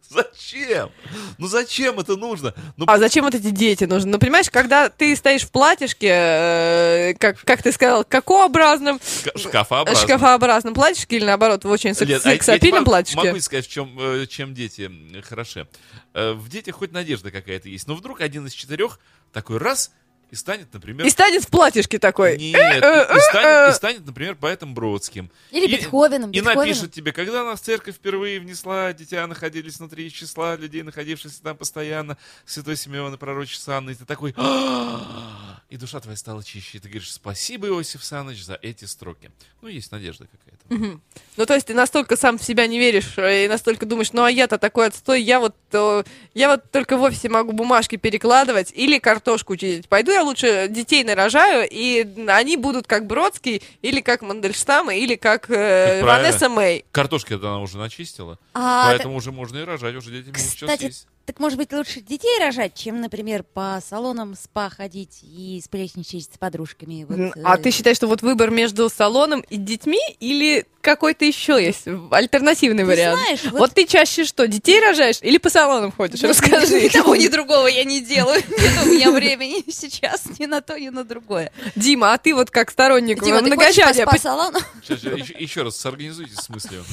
зачем? Ну, зачем это нужно? Ну,
А зачем вот эти дети нужны? Ну, понимаешь, когда ты стоишь в платьишке, э, как, как ты сказал, какообразном,
ка- шкафообразно.
шкафообразном платьишке или, наоборот, в очень
Лен,
секс-
а я тебе
сексапильном
Могу
платьишке?
сказать, в чем, э, чем дети м, хороши. Э, В детях хоть надежда какая-то есть. Но вдруг один из четырех такой раз и станет, например...
И станет в платьишке такой. «Э,
Нет, и- и станет- и станет, например, поэтом Бродским.
Или
И-
Бетховеном.
И
Бетховеном.
напишет тебе, когда нас церковь впервые внесла, дитя находились внутри из числа людей, находившихся там постоянно, святой Симеон и пророчица Анна, и ты такой, «А-а-а!» и душа твоя стала чище, и ты говоришь, спасибо, Иосиф Саныч, за эти строки. Ну, есть надежда какая-то.
Ну, то есть ты настолько сам в себя не веришь э, и настолько думаешь, ну, а я-то такой отстой, я вот, э, я вот только в офисе могу бумажки перекладывать или картошку чистить. Пойду я лучше детей нарожаю, и они будут как Бродский, или как Мандельштам, или как э,
Как правильно.
Ванесса Мэй.
Картошки она уже начистила,
А,
поэтому уже можно и рожать, уже дети сейчас
Кстати,
есть.
так может быть лучше детей рожать, чем, например, по салонам спа ходить и сплетничать с подружками. Вот,
М,
э,
А ты считаешь, что вот выбор между салоном и детьми или какой-то еще есть альтернативный
Ты
вариант?
знаешь,
Вот... Ну, ты чаще что, детей рожаешь или по салонам ходишь?
Нет,
Расскажи.
Ни того, ни другого я не делаю. Нет у меня времени (laughs) сейчас ни на то, ни на другое.
(laughs) Дима, а ты вот как сторонник
Дима, ты хочешь
многочадия,
по спа-салону?
Сейчас, еще, еще раз, сорганизуйтесь с
(laughs)
мыслью.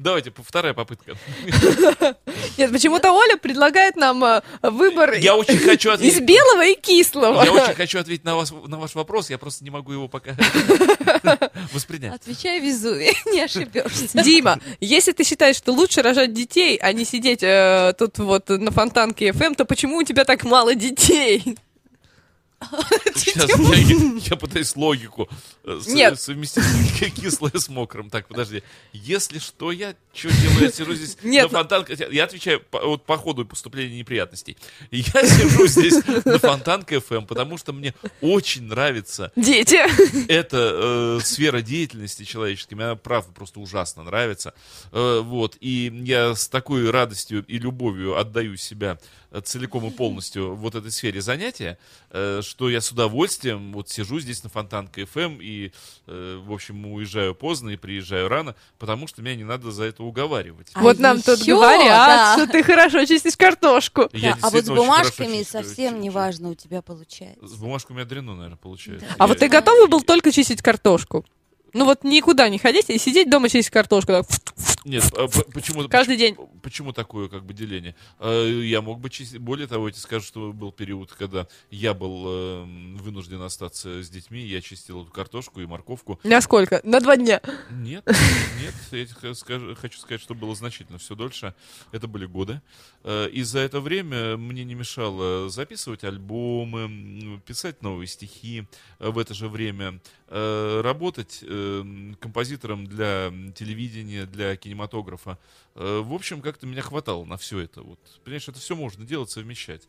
Давайте, по- вторая
(laughs)
попытка.
Нет, почему-то Оля предлагает нам э, выбор
Я очень хочу
из
ответить.
белого и кислого.
Я очень хочу ответить на, вас, на ваш вопрос, я просто не могу его пока (laughs) воспринять.
Отвечай Везувий, (laughs) не ошибешься.
(laughs) Дима, если ты считаешь, что лучше рожать детей, а не сидеть э, тут вот на фонтанке FM, то почему у тебя так мало детей? (laughs)
Сейчас я, я- я пытаюсь логику э, с-
Нет.
совместить (laughs) ки- кислое с мокрым. Так, подожди. Если что, я что делаю? Я сижу здесь
(laughs) Нет,
на фонтанке. Я отвечаю по, вот по ходу поступления неприятностей. Я (laughs) сижу здесь на фонтанке FM, потому что мне очень нравится
Дети.
эта э, сфера деятельности человеческой, мне она, правда, просто ужасно нравится. Э, вот, и я с такой радостью и любовью отдаю себя э, целиком и полностью вот этой сфере занятия, э, что я с удовольствием вот сижу здесь на Фонтанка ФМ и, э, в общем, уезжаю поздно и приезжаю рано, потому что меня не надо за это уговаривать.
А
вот нам тут
ещё,
говорят,
да.
что ты хорошо чистишь картошку.
Я
Да, а вот
действительно
с
очень хорошо
бумажками
чувствую-
совсем
чу-
неважно у тебя получается.
С бумажкой у меня дрено, наверное, получается.
А
Я-
вот ты готовы был только чистить картошку? Ну вот никуда не ходить и сидеть дома чистить картошку. так,
Нет, а п- почему...
Каждый день.
Почему такое как бы деление? Э, Я мог бы чистить. Более того, я тебе скажу, что был период, когда я был э, вынужден остаться с детьми, я чистил эту картошку и морковку.
На сколько? На два дня.
Нет, нет, я тебе х- скажу- хочу сказать, что было значительно все дольше. Это были годы. Э, И за это время мне не мешало записывать альбомы, м, писать новые стихи э, в это же время, э, работать э, композитором для телевидения, для кинематографа. Э, В общем, как-то меня хватало на все это. Вот. Понимаешь, это все можно делать, совмещать.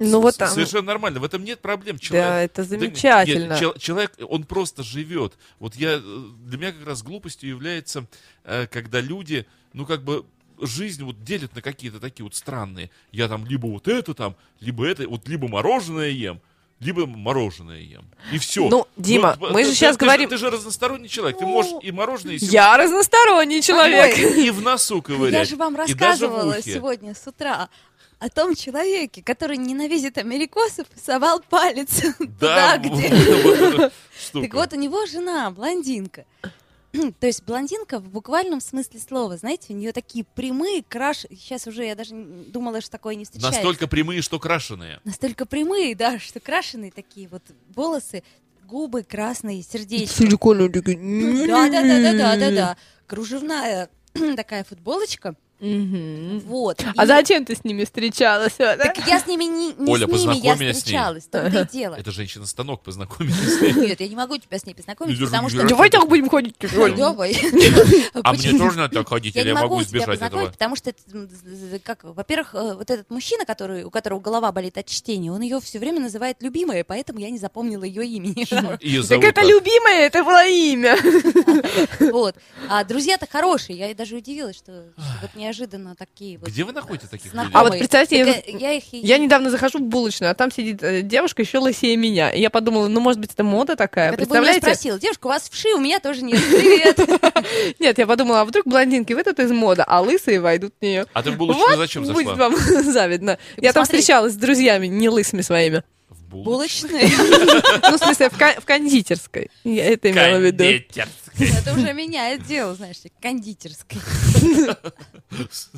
Ну вот там.
Совершенно нормально. В этом нет проблем. Человек,
Да, это
да нет,
замечательно.
чел- человек, он просто живет. Вот я, э, для меня как раз глупостью является, э, когда люди, ну как бы жизнь вот делят на какие-то такие вот странные. Я там либо вот это там, либо это, вот либо мороженое ем, либо мороженое ем. И все.
Ну, Дима, мы же щас говорим-
Ты же разносторонний человек, ты можешь и мороженое, и сигареты
Я разносторонний человек.
и в носу ковырять.
Я же вам
и даже в
рассказывала
ухе.
сегодня с утра о том человеке, который ненавидит америкосов и совал палец (laughs)
Да, ну,
туда,
вот
где...
(laughs) это вот эта штука.
Так вот, у него жена блондинка. (clears throat) То есть блондинка в буквальном смысле слова, знаете, у нее такие прямые, краш... Сейчас уже я даже не- думала, что такое не встречается.
Настолько прямые, что крашеные.
Настолько прямые, да, что крашеные такие вот волосы, губы красные, сердечки.
Силиконовый такой.
Да-да-да-да-да-да-да. Кружевная (clears throat) такая футболочка.
Мгм.
Вот.
А
И-
зачем ты с ними встречалась?
Так я с ними не, не
Оля,
с ними, я
познакомь меня с ней.
встречалась. Только и дело.
Это женщина-станок, познакомились с
(laughs)
ней.
Нет, я не могу тебя с ней познакомить,
Ну,
потому что...
держи,
Давай так будем ходить.
Ну,
(laughs)
Давай.
А мне
Почему?
тоже надо так ходить,
Я
или
не
я
могу
могу
тебя
избежать
познакомить,
этого?
потому что, это, м, з- з- как, во-первых, э, вот этот мужчина, который, у которого голова болит от чтения, он ее все время называет любимая, поэтому я не запомнила ее имени.
Её
Так
зовут
это
так.
любимое, это было имя.
(laughs) Вот. А друзья-то хорошие, я и даже удивилась, что что вот неожиданно такие вот.
Где вы находите таких людей?
знакомые.
А вот представьте,
Так, э, я их и-
Я недавно захожу в булочную, а там сидит э, девушка еще лысее меня. И я подумала, ну, может быть, это мода такая.
Так это бы у меня
А Представляете?
спросила, девушка, у вас вши, у меня тоже нет. Привет.
Нет, я подумала, а вдруг блондинки выйдут из мода, а лысые войдут в нее.
А ты в булочную
Вот
зачем
будет
зашла?
вам (laughs) завидно. Я там
посмотри.
встречалась с друзьями, не лысыми своими.
В булочную.
Булочные.
Ну, в смысле, в ка- в кондитерской. Я это имела в виду.
Кондитерская.
Это уже меняет дело, знаешь, ли, кондитерской.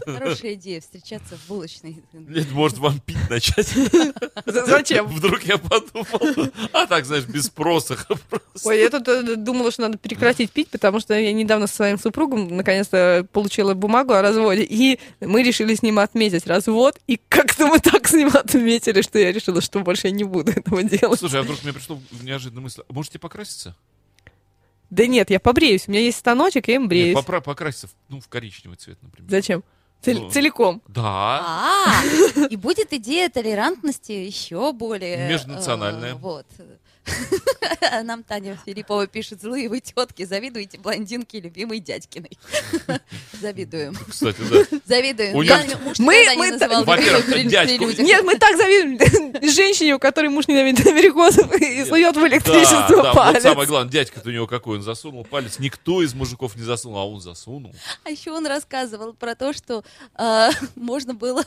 Хорошая идея встречаться в булочной.
Блядь, Может, вам пить начать?
З- (laughs)
(laughs)
Зачем?
Вдруг я подумал. А так, знаешь, без спроса. (laughs) просто.
Ой, я тут э, думала, что надо прекратить пить, потому что я недавно со своим супругом наконец-то получила бумагу о разводе, и мы решили с ним отметить развод, и как-то мы так с ним отметили, что я решила, что больше я не буду этого делать.
Слушай, а вдруг мне пришло неожиданная мысль. А Можете покраситься?
Да нет, я побреюсь, у меня есть станочек, я им
Нет,
бреюсь.
попра- покраситься в, ну, в коричневый цвет, например.
Зачем? Цель-
Ну.
Целиком.
Да.
А, и будет идея толерантности еще более...
Межнациональная.
э, Вот. Нам Таня Филиппова пишет, злые вы тетки, завидуете блондинке любимой дядькиной. Завидуем.
Кстати,
(laughs)
да.
Завидуем.
У
Я
них-
муж
Мы-
никогда не
мы-
называл
Во-первых,
людей при-
дядьку.
при людях.
Нет, мы так завидуем (laughs) женщине, у которой муж ненавидит америкосов и сует в
Да,
электричество
да, вот
палец.
самое главное, дядька-то у него какой, он засунул палец. Никто из мужиков не засунул, а он засунул.
А еще он рассказывал про то, что э, (laughs) можно было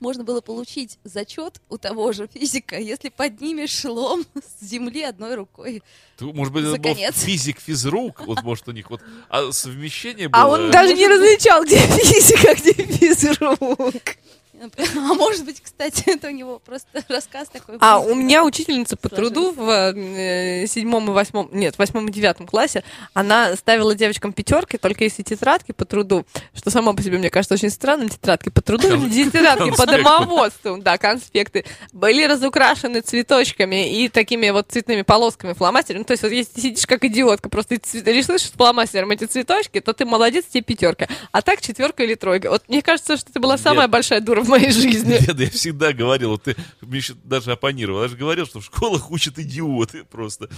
можно было получить зачет у того же физика, если поднимешь шлом с земли одной рукой. (laughs)
Ты, может быть, это
За
был
конец.
физик-физрук, вот может у них вот а совмещение было. э,
А он даже не различал, где физика, где физрук.
А может быть, кстати, это у него просто рассказ такой.
А
был.
у
(laughs)
меня учительница по труду в э, седьмом и восьмом, нет, в восьмом и девятом классе, она ставила девочкам пятерки, только если тетрадки по труду, что само по себе, мне кажется, очень странным, тетрадки по труду
Кон-
или тетрадки по
конспекты.
домоводству, да, конспекты, были разукрашены цветочками и такими вот цветными полосками фломастером. То есть вот если ты сидишь как идиотка, просто и цве- рисуешь с фломастером эти цветочки, то ты молодец, тебе пятерка. А так четверка или тройка. Вот мне кажется, что ты была
Нет.
самая большая дура в моей жизни.
Деда, (laughs) я всегда говорил, вот ты мне еще даже оппонировал, я же говорил, что в школах учат идиоты просто.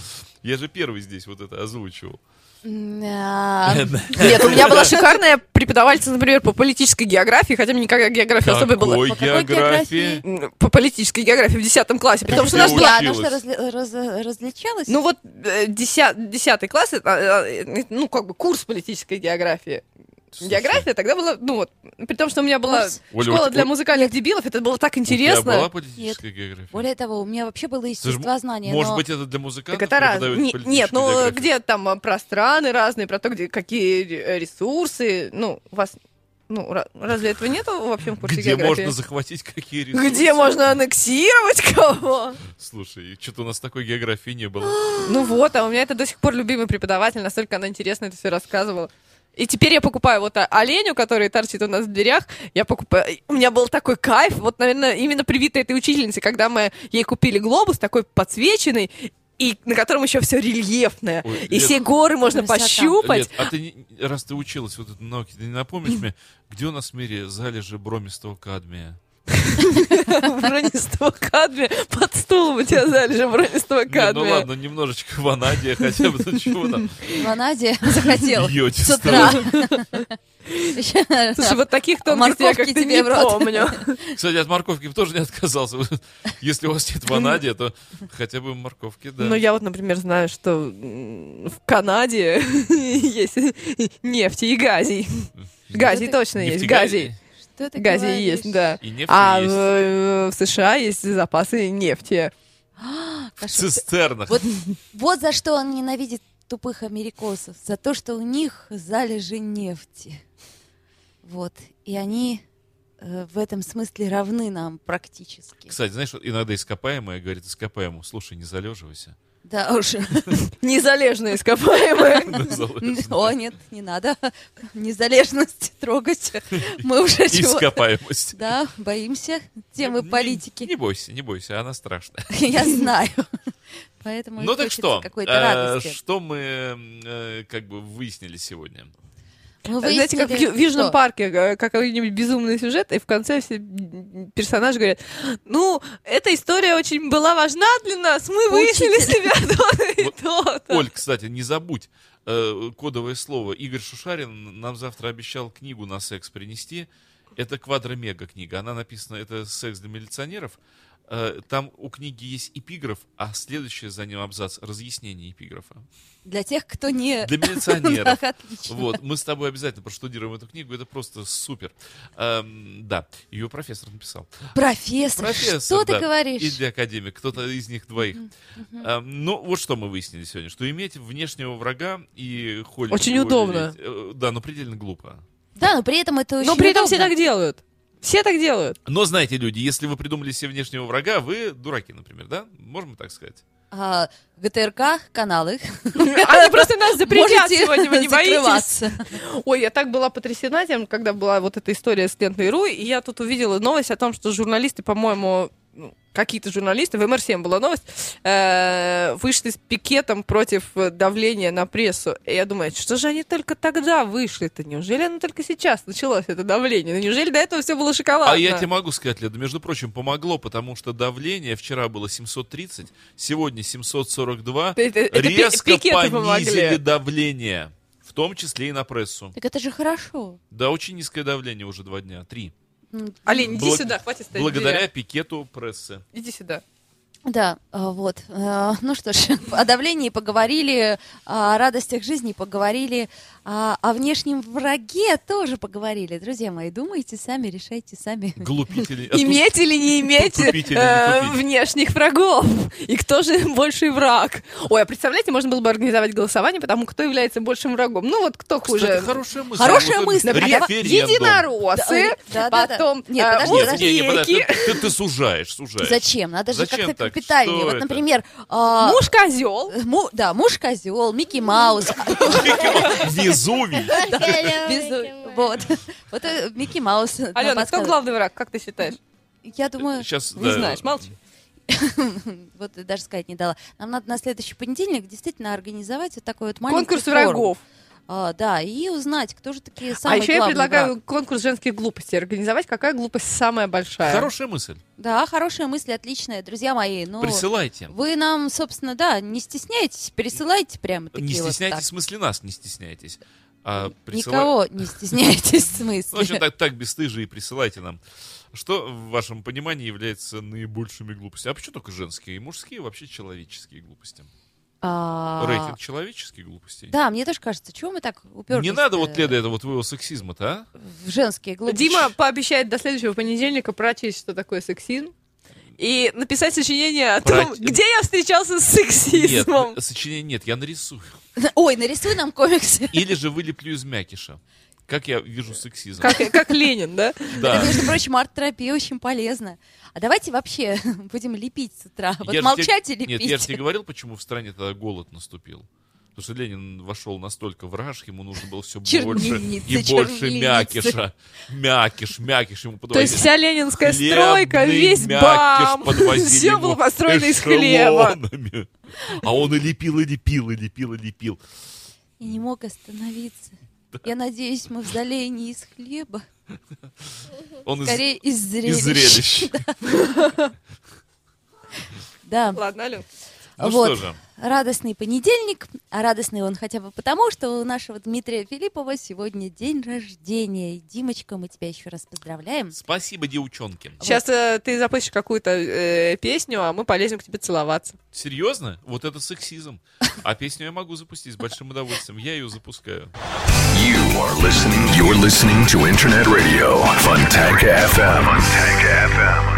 Я же первый здесь вот это озвучивал.
Да.
Нет, у меня была шикарная преподавательница, например, по политической географии, хотя мне никогда география особо было.
Какой
По какой
географии?
географии?
М, По политической географии в 10 классе, потому что у
Где
нас
у-
была...
Я, она что,
училась?
разли- раз- различалась?
Ну вот э, деся- 10 класс, это, э, э, ну как бы курс политической географии.
Слушай,
География тогда была, ну вот, при том, что у меня была
Курс?
Оля, у
школа
тебя-
для музыкальных дебилов, это было так
у тебя была
интересно.
политическая география?
Более того, у меня вообще было
Слушай,
естествознание.
Может
но- (laughs)
быть, это для музыкантов
Так это раз.
преподают
Не-
политическую
Нет, ну
географию?
где там а, про страны разные, про то, где какие ре- э, ресурсы, ну у вас, ну ра- разве этого нету вообще в курсе
Где
географии?
можно захватить какие ресурсы?
Где можно аннексировать кого?
Слушай, что-то у нас такой географии не было.
(gasps) Ну вот, а у меня это до сих пор любимый преподаватель, настолько она интересно это все рассказывала. И теперь я покупаю вот о- оленю, который торчит у нас в дверях. Я покупаю. У меня был такой кайф. Вот, наверное, именно привитый этой учительнице, когда мы ей купили глобус такой подсвеченный, и на котором еще все рельефное.
Ой,
и
Лет,
все горы можно
Красота.
пощупать.
Лет, а ты, не- раз ты училась вот этой науке, ты не напомнишь мне, где у нас в мире залежи бромистого кадмия?
(laughs) Бронистого кадмия. Под стулом у тебя залежи бронистого
Не, ну
кадмия.
ладно, немножечко ванадия хотя бы, ну чего
(laughs)
там,
(laughs) Ванадия захотела.
Бьете
С
с
утра. (laughs)
Слушай, вот таких тонкостей я
А морковки
как-то
тебе
не
в рот.
помню.
Кстати, от морковки бы тоже не отказался. (laughs) Если у вас нет ванадия, то хотя бы морковки, да.
Ну, я вот, например, знаю, что м, в Канаде (laughs) есть нефть и газий. Газий точно есть, газий.
Что Ну, ты
Газий
говоришь?
есть, да.
И нефть
А
есть.
в, э, в США есть запасы нефти.
В
Кошмар.
цистернах.
Вот, вот за что он ненавидит тупых америкосов. За то, что у них залежи нефти. Вот. И они э, в этом смысле равны нам практически.
Кстати, знаешь, вот иногда ископаемое говорит ископаемому, слушай, не
(laughs)
залеживайся. (laughs)
Да уж. (laughs)
(laughs)
Незалежные ископаемые.
О, нет, не надо. (laughs) Незалежность трогать. Мы
(laughs)
уже чего
Ископаемость.
Да, боимся темы
Не-
политики.
Не бойся, не бойся, она страшная.
(laughs) Я знаю. Поэтому и
Ну так
хочется
что,
какой-то
э,
радости.
что мы э, как бы выяснили сегодня?
Мы
Знаете, как в
выяснили,
Ю- в Южном
что-
парке э, какой-нибудь безумный сюжет, и в конце все м, персонажи говорят, ну, эта история очень была важна для нас, мы выяснили себя то-то и
Вот,
то-то.
Оль, кстати, не забудь э, кодовое слово. Игорь Шушарин нам завтра обещал книгу на секс принести. Это квадромега книга. Она написана, это секс для милиционеров. Э, Там у книги есть эпиграф, а следующий за ним абзац разъяснение эпиграфа.
Для тех, кто не... (laughs)
Для милиционеров.
Так, отлично.
Вот, мы с тобой обязательно проштудируем эту книгу, это просто супер. Эм, да, ее профессор написал.
Профессор, что ты
да,
говоришь?
Или академик, кто-то из них двоих. Эм, ну, вот что мы выяснили сегодня, что иметь внешнего врага и холить...
Очень
его
удобно.
лелеять, э, да, но предельно глупо.
Да, но при этом это очень
Но при этом все
удобно.
так делают. Все так делают.
Но знаете, люди, если вы придумали себе внешнего врага, вы дураки, например, да? Можем так сказать?
А, ГТРК, каналы. (laughs)
Они просто нас запретят
Можете
сегодня, вы не боитесь?
закрываться.
Ой, я так была потрясена тем, когда была вот эта история с Лентной.ру, и я тут увидела новость о том, что журналисты, по-моему, ну, какие-то журналисты, в МРСМ была новость, э, вышли с пикетом против э, давления на прессу. И я думаю, что же они только тогда вышли-то? Неужели оно только сейчас началось, это давление? Ну, неужели до этого все было шоколадно?
А я тебе могу сказать, Леда, между прочим, помогло, потому что давление вчера было 730, сегодня 742.
Это- это пи-
резко
пикеты
понизили
помогли.
давление, в том числе и на прессу.
Так это же хорошо.
Да, очень низкое давление уже два дня, три.
Олень, иди
Благ-
сюда, хватит стоять в
Благодаря
дверях. пикету.
пикету
(laughs)
прессы.
Иди сюда.
Да, а, вот. А, Ну что ж, (laughs) о давлении поговорили, а, о радостях жизни поговорили, а, о внешнем враге тоже поговорили. Друзья мои, думайте сами, решайте сами.
Глупители. А
иметь или не иметь
тупить или не
э,
тупить.
внешних врагов? И кто же больший враг? Ой, а представляете, можно было бы организовать голосование, потому кто является большим врагом. Ну вот кто
Кстати,
хуже?
хорошая мысль.
Хорошая
Вот
мысль.
это
А давай-
референдум.
Единороссы,
Да, да, да.
потом
Нет,
э,
подожди,
Нет,
подожди.
не, не, подожди,
узбеки,
ты, ты сужаешь, сужаешь. (laughs)
Зачем? Надо же
Зачем
как-то
так?
капитальнее.
Что
Вот,
это?
например, а,
муж козел.
му- да, муж козел, Микки Маус, (laughs)
Везувий.
Безу- Вот. (laughs) Вот э, Микки Маус. нам
Алена, кто
подсказывает.
главный враг, как ты считаешь?
Я думаю,
Сейчас,
Не знаешь, молчи.
(laughs) вот даже сказать не дала. Нам надо на следующий понедельник действительно организовать вот такой вот маленький
Конкурс
форум.
врагов.
А, да, и узнать, кто же такие
А
самые
еще я
главные
предлагаю
враг.
конкурс женских глупостей организовать. Какая глупость самая большая?
Хорошая мысль.
Да, хорошая мысль, отличная, друзья мои. Ну,
Присылайте.
вы нам, собственно, да, не стесняйтесь, пересылайте прямо такие
Не
вот
стесняйтесь,
так.
в смысле нас не стесняйтесь. А присыла-
Никого не стесняйтесь, в
Ну, в общем,
смысле.
так, так бесстыжие присылайте нам. Что в вашем понимании является наибольшими глупостями? А почему только женские и мужские, вообще человеческие глупости?
А,
Рейтинг человеческих глупостей?
Да, мне тоже кажется, чего мы так уперлись?
Не надо
э,
вот, Леда, это вот твоего сексизма-то,
(laughs)
а?
В женские глупости.
Дима пообещает до следующего понедельника прочесть, что такое сексизм. И написать сочинение о
Про-
том, где я встречался с сексизмом.
Нет, э, сочинение нет, я нарисую.
(laughs) Ой, нарисуй нам комиксы.
Или же вылеплю из мякиша. Как я вижу сексизм.
Как, как Ленин, да?
Да.
(laughs)
Это, между прочим, арт-терапия очень полезна. А давайте вообще (laughs) будем лепить с утра. Вот
Я же
молчать
тебе-
и лепить.
Нет, я же тебе говорил, почему в стране тогда голод наступил. Потому что Ленин вошел настолько в раж, ему нужно было все больше и
Чернильницы,
больше
чернильницы.
мякиша. Мякиш, мякиш ему
То есть
подвозили.
вся ленинская
Хлебный
стройка, весь
мякиш
бам,
подвозили
все было
ему
построено из хлеба.
эшелонами. А он и лепил, и лепил, и лепил, и лепил.
И не мог остановиться. Я надеюсь, мы в залении из хлеба.
Он из,
Скорее из зрелищ.
из зрелищ.
Да.
Ладно, алло.
Ну что
вот.
же,
Радостный понедельник, а радостный он хотя бы потому, что у нашего Дмитрия Филиппова сегодня день рождения. И, Димочка, мы тебя еще раз поздравляем.
спасибо девчонки.
Сейчас э, ты запустишь какую-то э, песню, а мы полезем к тебе целоваться.
Серьезно? Вот это сексизм. А песню я могу запустить с большим удовольствием. Я ее запускаю.
You are listening. You're listening to Internet Radio Funtank FM. Funtank FM.